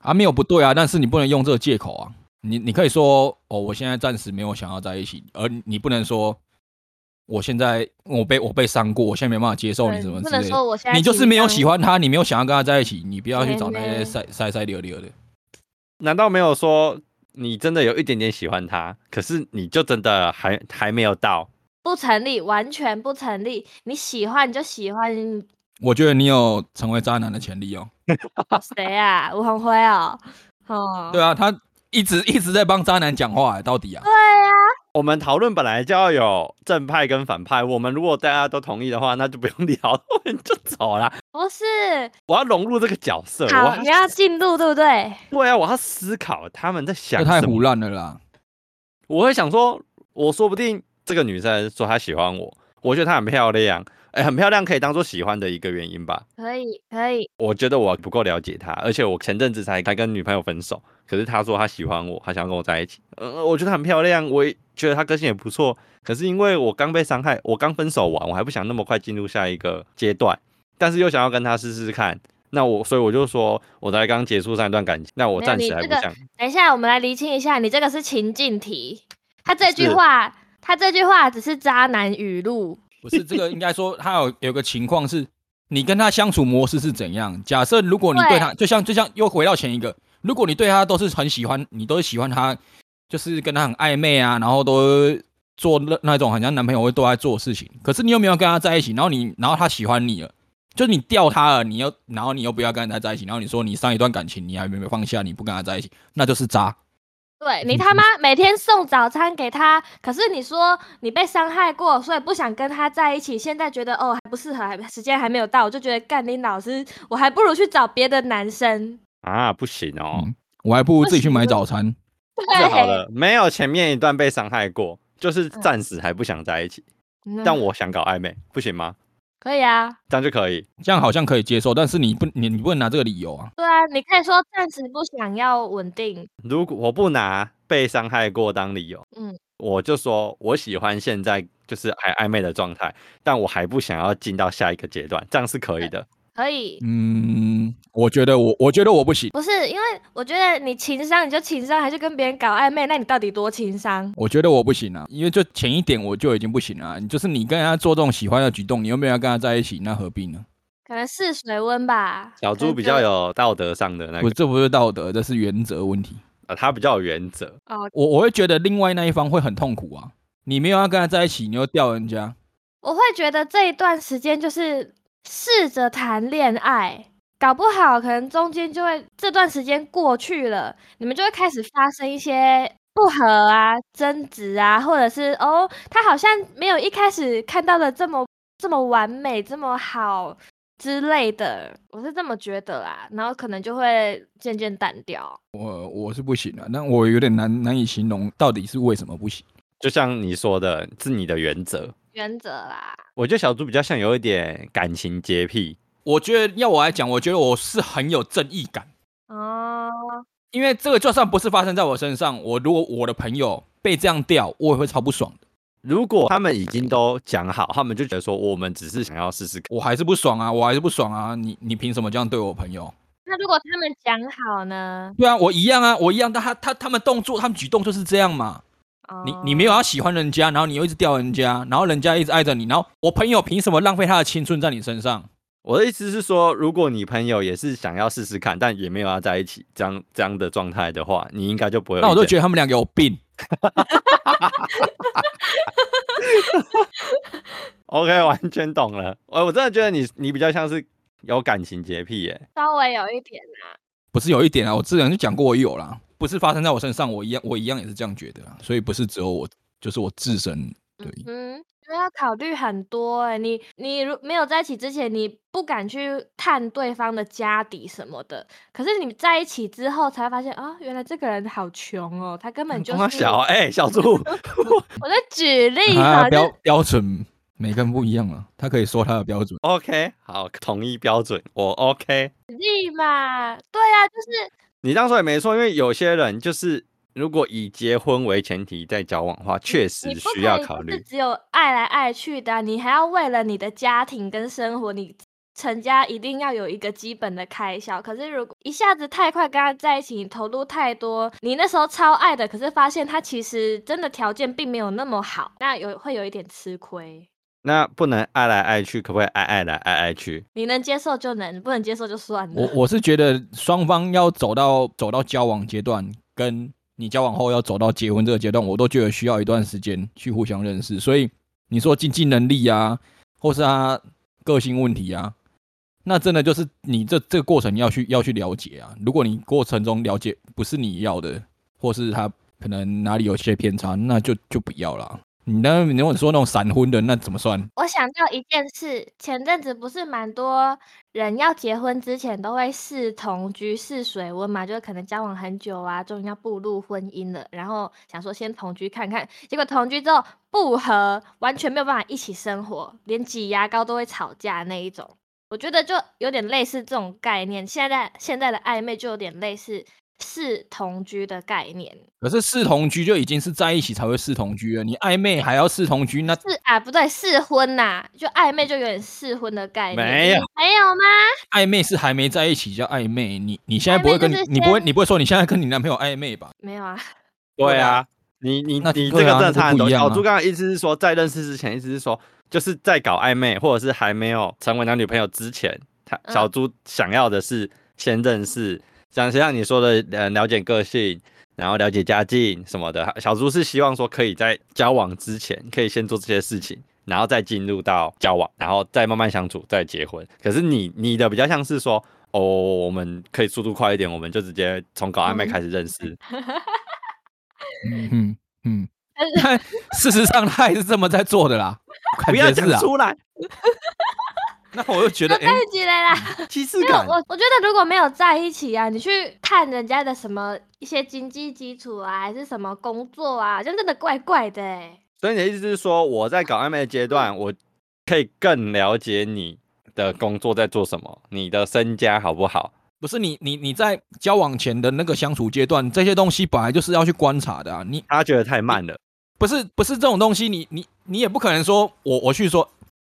Speaker 3: 啊，没有不对啊，但是你不能用这个借口啊。你你可以说哦，我现在暂时没有想要在一起，而你不能说我现在我被我被伤过，我现在没办法接受
Speaker 2: 对
Speaker 3: 你什么
Speaker 2: 不
Speaker 3: 之
Speaker 2: 能
Speaker 3: 类的。
Speaker 2: 说我现在
Speaker 3: 你就是
Speaker 2: 情
Speaker 3: 没有
Speaker 2: 商
Speaker 3: 喜欢他，你没有想要跟他在一起，你不要去找那
Speaker 2: 对
Speaker 3: 些
Speaker 2: 呢
Speaker 3: 塞塞塞溜溜的。
Speaker 1: 难道没有说你真的有一点点喜欢他，可是你就真的还还没有到？
Speaker 2: 不成立，完全不成立。你喜欢你就喜欢
Speaker 3: 我觉得你有成为渣男的潜力哦。
Speaker 2: 谁啊？吴红辉哦，哦，
Speaker 3: 对啊，他一直一直在帮渣男讲话、到底啊？
Speaker 1: 我们讨论本来就要有正派跟反派，我们如果大家都同意的话，那就不用聊， 我们就走啦。
Speaker 2: 不是。
Speaker 1: 我要融入这个角色，我
Speaker 2: 好，你要进入，对不对？
Speaker 1: 对啊，我要思考他们在想
Speaker 3: 这太
Speaker 1: 什么
Speaker 3: 胡乱了啦。
Speaker 1: 我会想说，我说不定这个女生说她喜欢我，我觉得她很漂亮，哎、很漂亮可以当做喜欢的一个原因吧。
Speaker 2: 可以，可以。
Speaker 1: 我觉得我不够了解她，而且我前阵子才才跟女朋友分手，可是他说他喜欢我，他想要跟我在一起。呃，我觉得她很漂亮，我也觉得她个性也不错。可是因为我刚被伤害，我刚分手完，我还不想那么快进入下一个阶段，但是又想要跟她试试看。那我所以我就说，我才刚结束上一段感情，那我
Speaker 2: 没有
Speaker 1: 暂
Speaker 2: 你
Speaker 1: 时还
Speaker 2: 这
Speaker 1: 不
Speaker 2: 个
Speaker 1: 想。
Speaker 2: 等一下，我们来厘清一下，你这个是情境题。他这句
Speaker 1: 是
Speaker 2: 话，他这句话只是渣男语录。
Speaker 3: 不是这个，应该说他有有个情况是，你跟他相处模式是怎样？假设如果你对他，就像就像又回到前一个，如果你对他都是很喜欢，你都是喜欢他，就是跟他很暧昧啊，然后都做那那种很像男朋友会对他做的事情，可是你又没有跟他在一起，然后你然后他喜欢你了。就是你掉他了，你又然后你又不要跟他在一起，然后你说你上一段感情你还没有放下，你不跟他在一起，那就是渣。
Speaker 2: 对
Speaker 1: 嗯
Speaker 2: 你他妈每天送早餐给他，可是你说你被伤害过，所以不想跟他在一起。现在觉得哦还不适合，还时间还没有到，我就觉得干林老师，我还不如去找别的 男生。
Speaker 1: 啊，不行哦，
Speaker 3: 嗯我还不如自己去买早餐。
Speaker 1: 最
Speaker 2: 对，
Speaker 1: 啊好了，没有前面一段被伤害过，就是暂时还不想在一起，
Speaker 2: 嗯
Speaker 1: 但我想搞暧昧，不行吗？
Speaker 2: 可以啊，
Speaker 1: 这样就可以。
Speaker 3: 这样好像可以接受，但是你不你你不能拿这个理由啊。
Speaker 2: 对啊，你可以说暂时不想要稳定，
Speaker 1: 如果我不拿被伤害过当理由，
Speaker 2: 嗯，
Speaker 1: 我就说我喜欢现在就是还暧昧的状态，但我还不想要进到下一个阶段，这样是可以的。
Speaker 2: 可以。
Speaker 3: 嗯，我觉得我我觉得我不行，
Speaker 2: 不是，因为我觉得你情商，你就情商，还是跟别人搞暧昧，那你到底多情商？
Speaker 3: 我觉得我不行啊，因为就前一点我就已经不行了、啊。你就是你跟人家做这种喜欢的举动，你又没有要跟他在一起，那何必呢？
Speaker 2: 可能试水温吧。
Speaker 1: 小
Speaker 2: 可能
Speaker 1: 猪比
Speaker 2: 觉
Speaker 1: 较
Speaker 2: 得
Speaker 1: 有道德上的那
Speaker 3: 不，
Speaker 1: 个，
Speaker 3: 这不是道德，这是原则问题。
Speaker 1: 呃，他比较有原则。
Speaker 2: 哦，
Speaker 3: 我我会觉得另外那一方会很痛苦啊。你没有要跟他在一起，你又吊人家，
Speaker 2: 我会觉得这一段时间就是试着谈恋爱，搞不好可能中间就会这段时间过去了，你们就会开始发生一些不和啊、争执啊，或者是哦，他好像没有一开始看到的这么这么完美、这么好之类的，我是这么觉得啦。然后可能就会渐渐淡掉。
Speaker 3: 我我是不行啊。但我有点难难以形容到底是为什么不行。
Speaker 1: 就像你说的，是你的原则。
Speaker 2: 原则啦，
Speaker 1: 我觉得小猪比较像有一点感情洁癖，
Speaker 3: 我觉得要我来讲，我觉得我是很有正义感。
Speaker 2: 哦，
Speaker 3: 因为这个就算不是发生在我身上，我如果我的朋友被这样吊，我也会超不爽的，
Speaker 1: 如果他们已经都讲好，他们就觉得说我们只是想要试试看。
Speaker 3: 我还是不爽啊，我还是不爽啊！你你凭什么这样对我朋友？
Speaker 2: 那如果他们讲好呢？
Speaker 3: 对啊，我一样啊，我一样，但他他他们动作，他们举动就是这样嘛。
Speaker 2: 哦
Speaker 3: 你你没有要喜欢人家，然后你又一直吊人家，然后人家一直爱着你，然后我朋友凭什么浪费他的青春在你身上？
Speaker 1: 我的意思是说，如果你朋友也是想要试试看，但也没有要在一起这样这样的状态的话，你应该就不会有意见。
Speaker 3: 那我都觉得他们两个有病。
Speaker 1: OK，完 全懂了。哎我我真的觉得你你比较像是有感情洁癖耶。
Speaker 2: 稍微有一点啊，
Speaker 3: 不是有一点啊，我之前就讲过我有啦，不是发生在我身上，我一样我一样也是这样觉得啊，所以不是只有我，就是我自身对。
Speaker 2: 嗯，因为要考虑很多哎、你你如没有在一起之前，你不敢去探对方的家底什么的，可是你在一起之后才发现啊，原来这个人好穷哦，他
Speaker 3: 嗯
Speaker 2: 根本就
Speaker 1: 光
Speaker 2: 是
Speaker 1: 小哎、小猪，
Speaker 2: 我在举例
Speaker 3: 啊，
Speaker 2: 嘛，就
Speaker 3: 标标准每个人不一样啊，他可以说他的标准。
Speaker 1: OK，好，统一标准，我 OK。
Speaker 2: 举例嘛，对啊，就是
Speaker 1: 你这样说也没错，因为有些人就是如果以结婚为前提在交往的话，确实
Speaker 2: 你不
Speaker 1: 需
Speaker 2: 可
Speaker 1: 要
Speaker 2: 以
Speaker 1: 考
Speaker 2: 就
Speaker 1: 虑
Speaker 2: 是。只有爱来爱去的啊、你还要为了你的家庭跟生活，你成家一定要有一个基本的开销。可是如果一下子太快跟他在一起，你投入太多，你那时候超爱的，可是发现他其实真的条件并没有那么好，那有会有一点吃亏。
Speaker 1: 那不能爱来爱去，可不可以爱爱来爱爱去？
Speaker 2: 你能接受就能，不能接受就算
Speaker 3: 我
Speaker 2: 了。
Speaker 3: 我是觉得双方要走到走到交往阶段，跟你交往后要走到结婚这个阶段，我都觉得需要一段时间去互相认识。所以你说经济能力啊，或是他个性问题啊，那真的就是你这这个过程要去要去了解啊。如果你过程中了解不是你要的，或是他可能哪里有些偏差，那就就不要啦。你那你如果说那种闪婚的，那怎么算？
Speaker 2: 我想到一件事，前阵子不是蛮多人要结婚之前都会试同居、试水温嘛，就是可能交往很久啊，终于要步入婚姻了，然后想说先同居看看，结果同居之后不和，完全没有办法一起生活，连挤牙膏都会吵架那一种。我觉得就有点类似这种概念，现在现在的暧昧就有点类似是同居的概念，
Speaker 3: 可是视同居就已经是在一起才会视同居了，你暧昧还要视同居，那
Speaker 2: 是啊，不对，试婚呐、就暧昧就有点试婚的概念，
Speaker 1: 没有
Speaker 2: 没有吗？
Speaker 3: 暧昧是还没在一起叫暧昧，你你现在不会跟你
Speaker 2: 暧昧就是
Speaker 3: 你不会
Speaker 2: 先
Speaker 3: 你不会说你现在跟你男朋友暧昧吧？
Speaker 2: 没有啊，
Speaker 1: 对
Speaker 3: 对
Speaker 1: 啊
Speaker 3: 啊，
Speaker 1: 你你
Speaker 3: 那
Speaker 1: 你这
Speaker 3: 对
Speaker 1: 个
Speaker 3: 啊
Speaker 1: 正
Speaker 3: 那就
Speaker 1: 常很
Speaker 3: 不
Speaker 1: 多。
Speaker 3: 一样
Speaker 1: 小
Speaker 3: 啊
Speaker 1: 猪刚刚意思是说，在认识之前，意思是说就是在搞暧昧，或者是还没有成为男女朋友之前，他
Speaker 2: 嗯
Speaker 1: 小猪想要的是先认识，想像你说的，呃，了解个性，然后了解家境什么的。小猪是希望说可以在交往之前，可以先做这些事情。然后再进入到交往，然后再慢慢相处，再结婚。可是你你的比较像是说，哦，我们可以速度快一点，我们就直接从搞暧昧
Speaker 2: 嗯
Speaker 1: 开始认识，
Speaker 3: 嗯嗯嗯
Speaker 2: 但是，
Speaker 3: 但事实上他还是这么在做的 啦，感
Speaker 1: 不要
Speaker 3: 觉
Speaker 1: 讲
Speaker 3: 是啊。
Speaker 1: 出来。
Speaker 3: 那我就觉得，哎、
Speaker 2: 太起来啦。
Speaker 1: 既视
Speaker 2: 没有，我我觉得如果没有在一起啊，你去看人家的什么一些经济基础啊，还是什么工作啊，就真的怪怪的哎、
Speaker 1: 所以你的意思是说，我在搞暧昧的阶段，我可以更了解你的工作在做什么，你的身家好不好？
Speaker 3: 不是你你你在交往前的那个相处阶段，这些东西本来就是要去观察的啊。你
Speaker 1: 他觉得太慢了，
Speaker 3: 不是不是这种东西，你你你也不可能说我我去说，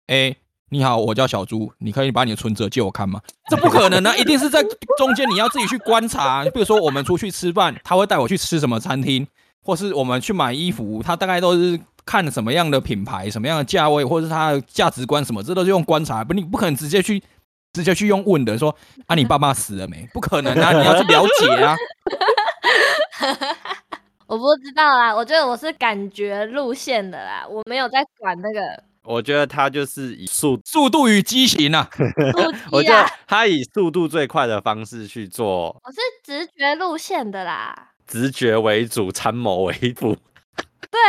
Speaker 3: 哎、你好，我叫小猪，你可以把你的存折借我看吗？这不可能啊，一定是在中间你要自己去观察啊、比如说我们出去吃饭，他会带我去吃什么餐厅，或是我们去买衣服，他大概都是看什么样的品牌、什么样的价位，或者是他的价值观什么，这都是用观察，不你不可能直接去。直接去用问的说啊，你爸爸死了没？不可能啊！你要去了解啊。
Speaker 2: 我不知道啦，我觉得我是感觉路线的啦，我没有在管那个
Speaker 1: 我觉得他就是以速，
Speaker 3: 速度与激情啊，
Speaker 2: 路
Speaker 1: 我
Speaker 2: 基
Speaker 1: 觉得
Speaker 2: 啊，
Speaker 1: 他以速度最快的方式去做
Speaker 2: 我是直觉路线的啦。
Speaker 1: 直觉为主，参谋为辅。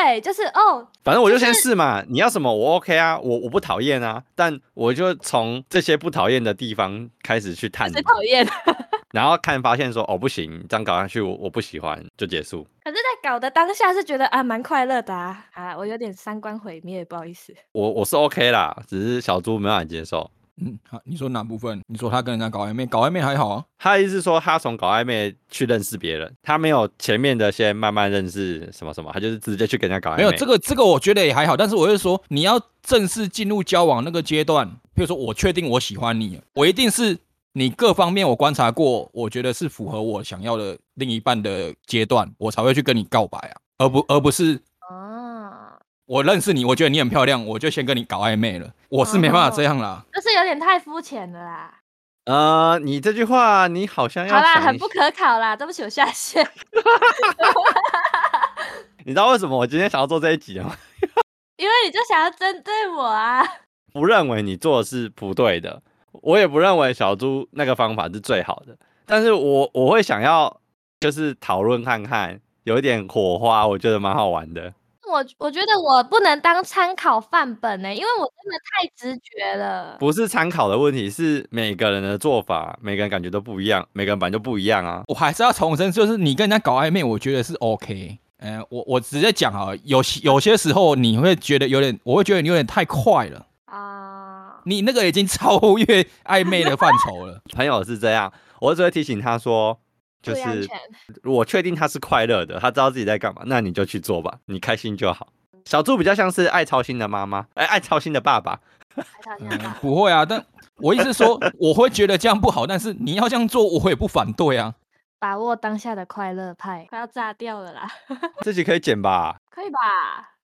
Speaker 2: 对，就是哦，
Speaker 1: 反正我就先试嘛，你要什么我 OK 啊，我我不讨厌啊，但我就从这些不讨厌的地方开始去探
Speaker 2: 最
Speaker 1: 嘛，
Speaker 2: 讨厌。
Speaker 1: 然后看发现说哦不行，这样搞下去我我不喜欢，就结束。
Speaker 2: 可是，在搞的当下是觉得啊，蛮快乐的啊。好啦，我有点三观毁灭，不好意思。
Speaker 1: 我我是 OK 啦，只是小猪没办法接受。
Speaker 3: 嗯，好，你说哪部分？你说他跟人家搞暧昧，搞暧昧还好啊。
Speaker 1: 他的意思是说，他从搞暧昧去认识别人，他没有前面的先慢慢认识什么什么，他就是直接去跟人家搞暧昧。
Speaker 3: 没有这个，这个我觉得也还好。但是我是说，你要正式进入交往那个阶段，比如说我确定我喜欢你了，我一定是你各方面我观察过，我觉得是符合我想要的另一半的阶段，我才会去跟你告白啊，而不而不是
Speaker 2: 哦，
Speaker 3: 我认识你，我觉得你很漂亮，我就先跟你搞暧昧了。我是没办法这样啦。
Speaker 2: 就是有点太肤浅了啦。
Speaker 1: 呃，你这句话你好像要
Speaker 2: 好啦，
Speaker 1: 想一
Speaker 2: 很不可考啦，对不起，我下线。
Speaker 1: 你知道为什么我今天想要做这一集吗？
Speaker 2: 因为你就想要针对我啊。
Speaker 1: 不认为你做的是不对的，我也不认为小猪那个方法是最好的，但是我我会想要就是讨论看看，有一点火花，我觉得蛮好玩的。
Speaker 2: 我我觉得我不能当参考范本呢、因为我真的太直觉了。
Speaker 1: 不是参考的问题，是每个人的做法，每个人感觉都不一样，每个人本来就不一样啊。
Speaker 3: 我还是要重申，就是你跟人家搞暧昧，我觉得是 OK。嗯、我我直接讲啊，有些有些时候你会觉得有点，我会觉得你有点太快了。
Speaker 2: 啊、
Speaker 3: 你那个已经超越暧昧的范畴 了。
Speaker 1: 朋友是这样，我只会提醒他说，就
Speaker 2: 注意安
Speaker 1: 是
Speaker 2: 全。
Speaker 1: 我确定他是快乐的，他知道自己在干嘛，那你就去做吧，你开心就好。小猪比较像是爱操心的妈妈，哎、爱操心的爸爸。
Speaker 2: 还是好像
Speaker 3: 嗯
Speaker 2: 要吧，
Speaker 3: 不会啊，但我意思是说，我会觉得这样不好，但是你要这样做，我也不反对啊。
Speaker 2: 把握当下的快乐派，快要炸掉了啦，
Speaker 1: 这集可以剪吧？
Speaker 2: 可以吧？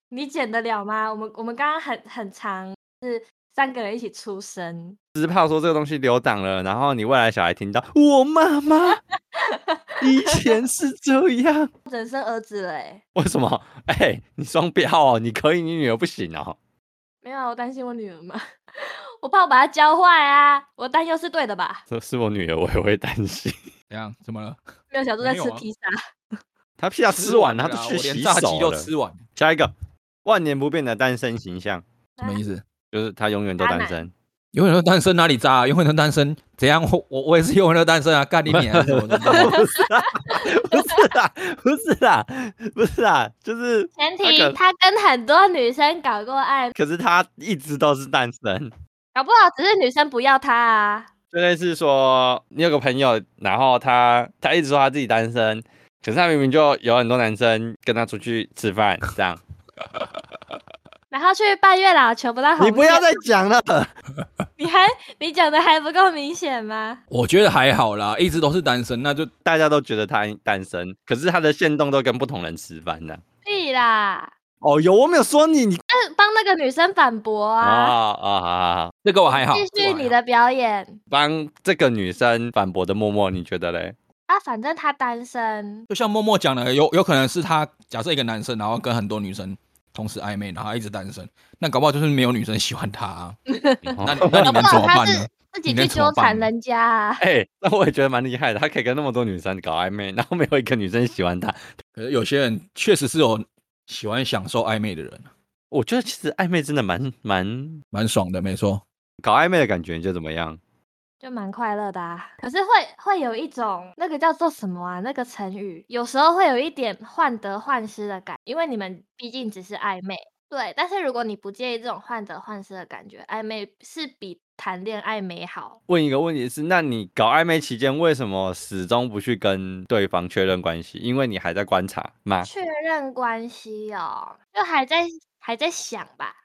Speaker 2: 你剪得了吗？我们我们刚刚很很长，是三个人一起出声，
Speaker 1: 只是怕说这个东西留档了，然后你未来小孩听到，我妈妈以前是这样，
Speaker 2: 人生儿子了、欸，
Speaker 1: 为什么？哎、你双标哦，你可以，你女儿不行哦。
Speaker 2: 没有啊，我担心我女儿嘛， 我怕我把她教坏啊，我担忧是对的吧？
Speaker 1: 这是我女儿，我也会担心。
Speaker 3: 怎样？怎么了？
Speaker 2: 没有小猪在
Speaker 3: 没有
Speaker 2: 吃
Speaker 3: 啊
Speaker 2: 披萨，
Speaker 1: 她屁要吃完，
Speaker 3: 了
Speaker 1: 她
Speaker 3: 啊
Speaker 1: 都去
Speaker 3: 我连
Speaker 1: 洗
Speaker 3: 炸鸡
Speaker 1: 手
Speaker 3: 都
Speaker 1: 了。
Speaker 3: 吃完，
Speaker 1: 下一个，万年不变的单身形象，
Speaker 2: 啊
Speaker 3: 什么意思？
Speaker 1: 就是她永远都
Speaker 2: 渣
Speaker 1: 单
Speaker 2: 男
Speaker 1: 身。
Speaker 3: 永远都单身哪里渣、啊？永远都单身？怎样？我我我也是永远都单身啊！干你娘！什么的
Speaker 1: 不是啦，不是啦，不是啦，不是啦，就是，
Speaker 2: 前
Speaker 1: 他
Speaker 2: 提
Speaker 1: 可
Speaker 2: 他跟很多女生搞过暧昧，
Speaker 1: 可是她一直都是单身。
Speaker 2: 搞不好只是女生不要他啊。
Speaker 1: 就类似说，你有个朋友，然后他他一直说他自己单身，可是他明明就有很多男生跟他出去吃饭，这 样。
Speaker 2: 然后去拜月老求不到红
Speaker 1: 你
Speaker 2: 线，
Speaker 1: 不要再讲了，
Speaker 2: 你还你讲的还不够明显吗？
Speaker 3: 我觉得还好啦，一直都是单身，那就
Speaker 1: 大家都觉得他单身，可是他的线动都跟不同人吃饭呢。
Speaker 2: 屁啦，
Speaker 1: 哦，有我没有说你，你
Speaker 2: 那帮那个女生反驳
Speaker 1: 啊
Speaker 2: 啊！
Speaker 1: 啊好好好，
Speaker 3: 这个我还好。
Speaker 2: 继
Speaker 3: 这个
Speaker 2: 续
Speaker 3: 我还
Speaker 2: 你
Speaker 3: 好
Speaker 2: 的表演
Speaker 1: 帮这个女生反驳的默默，你觉得嘞？
Speaker 2: 啊，反正她单身，
Speaker 3: 就像默默讲的，有有可能是他假设一个男生，然后跟很多女生同时暧昧，然后他一直单身，那搞不好就是没有女生喜欢他啊、那那你
Speaker 2: 搞不
Speaker 3: 能怎
Speaker 2: 好
Speaker 3: 么
Speaker 2: 她
Speaker 3: 办
Speaker 2: 是
Speaker 3: 呢？
Speaker 2: 自己
Speaker 3: 你能
Speaker 2: 去
Speaker 3: 怎么
Speaker 2: 纠缠
Speaker 3: 办呢
Speaker 2: 人家啊。
Speaker 1: 哎、那我也觉得蛮厉害的，他可以跟那么多女生搞暧昧，然后没有一个女生喜欢他。
Speaker 3: 可是有些人确实是有喜欢享受暧昧的人，啊
Speaker 1: 我觉得其实暧昧真的蛮蛮
Speaker 3: 蛮爽的，没错。
Speaker 1: 搞暧昧的感觉，你觉得怎么样？
Speaker 2: 就蛮快乐的啊，可是会会有一种那个叫做什么啊？那个成语有时候会有一点患得患失的感，因为你们毕竟只是暧昧。对，但是如果你不介意这种患得患失的感觉，暧昧是比谈恋爱美好。
Speaker 1: 问一个问题是，那你搞暧昧期间为什么始终不去跟对方确认关系？因为你还在观察吗？
Speaker 2: 确认关系哦，就还在还在想吧。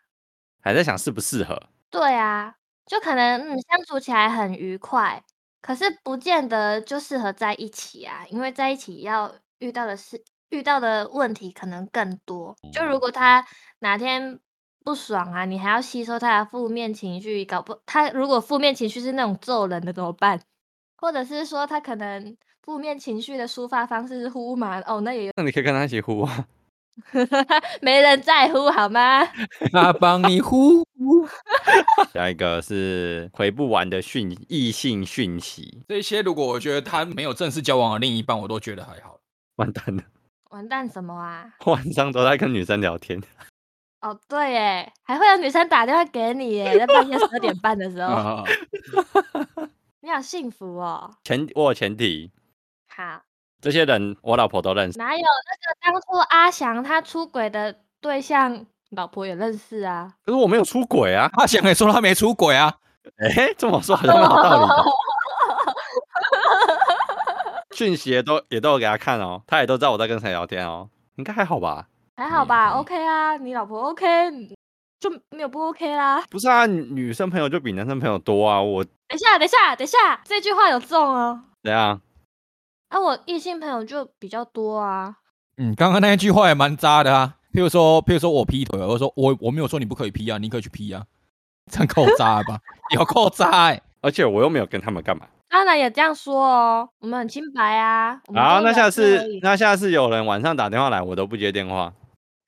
Speaker 1: 还在想适不适合？
Speaker 2: 对啊，就可能嗯相处起来很愉快，可是不见得就适合在一起啊，因为在一起要遇到的事、遇到的问题可能更多。就如果他哪天不爽啊，你还要吸收他的负面情绪，搞不他如果负面情绪是那种揍人的怎么办？或者是说他可能负面情绪的抒发方式是呼嘛？哦，那也有
Speaker 1: 那你可以跟他一起呼啊。
Speaker 2: 没人在乎好吗？
Speaker 3: 他帮你呼，
Speaker 1: 下一个是回不完的讯异性讯息，
Speaker 3: 这些如果我觉得他没有正式交往的另一半，我都觉得还好。
Speaker 1: 完蛋了，
Speaker 2: 完蛋什么啊？
Speaker 1: 晚上都在跟女生聊天。
Speaker 2: 哦，对耶，还会有女生打电话给你耶，在半夜十 二点半的时候，
Speaker 3: 啊、
Speaker 2: 你好幸福哦。
Speaker 1: 前我有前提，
Speaker 2: 好，
Speaker 1: 这些人我老婆都认识，
Speaker 2: 哪有那个当初阿翔他出轨的对象，老婆也认识啊？
Speaker 1: 可是我没有出轨 啊。
Speaker 3: 阿翔也说他没出轨啊，
Speaker 1: 哎、这么说好像蛮有道理的。 讯息也都也都有给他看哦，他也都知道我在跟谁聊天哦，应该还好吧？
Speaker 2: 还好
Speaker 3: 嗯
Speaker 2: 吧
Speaker 3: 嗯
Speaker 2: ，OK 啊，你老婆 OK 嗯就没有不 OK 啦。
Speaker 1: 不是啊，女女生朋友就比男生朋友多啊。我
Speaker 2: 等一下，等一下，等一下，这句话有中哦。
Speaker 1: 怎样？
Speaker 2: 啊，我异性朋友就比较多啊。
Speaker 3: 嗯，刚刚那一句话也蛮渣的啊。譬如说，譬如说我劈腿了，我说我我没有说你不可以劈啊，你可以去劈啊，这样够渣了吧？有够渣哎、
Speaker 1: 而且我又没有跟他们干嘛
Speaker 2: 当然也这样说哦，我们很清白啊。我们
Speaker 1: 啊？
Speaker 2: 都
Speaker 1: 那
Speaker 2: 聊
Speaker 1: 下
Speaker 2: 天
Speaker 1: 次
Speaker 2: 而已
Speaker 1: 那下次有人晚上打电话来，我都不接电话。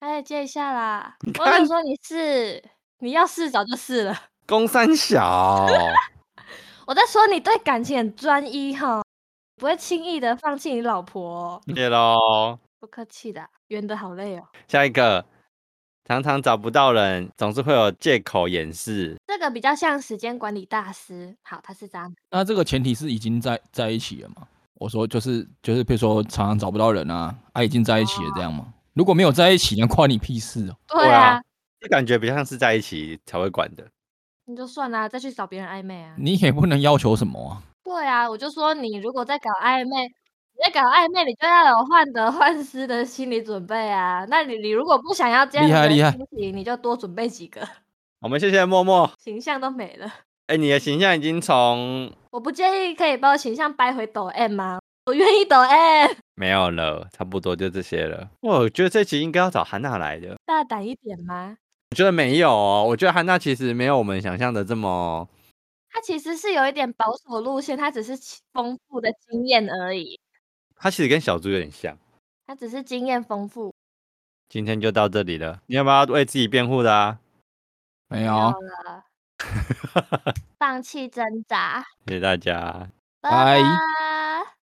Speaker 2: 哎，接一 下啦！我
Speaker 1: 看
Speaker 2: 想说你是，你要是早就是了。
Speaker 1: 公三小，
Speaker 2: 我在说你对感情很专一哈，不会轻易的放弃你老婆哦、
Speaker 1: 谢喽。
Speaker 2: 不客气的，圆的好累哦。
Speaker 1: 下一个，常常找不到人，总是会有借口掩饰。
Speaker 2: 这个比较像时间管理大师。好，他是渣男。
Speaker 3: 那这个前提是已经在在一起了嘛？我说就是就是，比如说常常找不到人啊，啊已经在一起了这样吗？如果没有在一起，那关你屁事哦。
Speaker 2: 对
Speaker 1: 啊
Speaker 2: 啊，
Speaker 1: 这感觉比较像是在一起才会管的。
Speaker 2: 你就算啦，再去找别人暧昧啊。
Speaker 3: 你也不能要求什么啊。
Speaker 2: 对啊，我就说你如果在搞暧昧，你在搞暧昧，你就要有患得患失的心理准备啊。那你你如果不想要这样
Speaker 3: 厉害
Speaker 2: 的
Speaker 3: 厉害
Speaker 2: 心情，你就多准备几个，
Speaker 1: 我们谢谢默默，
Speaker 2: 形象都没了。
Speaker 1: 哎、你的形象已经从
Speaker 2: 我不介意，可以把我形象掰回抖 M 吗？我愿意抖 M，
Speaker 1: 没有了，差不多就这些了。我觉得这集应该要找韩娜来的，
Speaker 2: 大胆一点吗？
Speaker 1: 我觉得没有哦，我觉得韩娜其实没有我们想象的这么
Speaker 2: 他其实是有一点保守路线，他只是其丰富的经验而已，
Speaker 1: 他其实跟小猪有点像。
Speaker 2: 他只是经验丰富。
Speaker 1: 今天就到这里了，你要不要为自己辩护的啊？
Speaker 3: 没
Speaker 2: 没
Speaker 3: 有
Speaker 2: 有
Speaker 3: 啊，
Speaker 2: 了，放弃挣扎，
Speaker 1: 谢谢大家。
Speaker 2: 拜
Speaker 3: 拜
Speaker 2: 拜。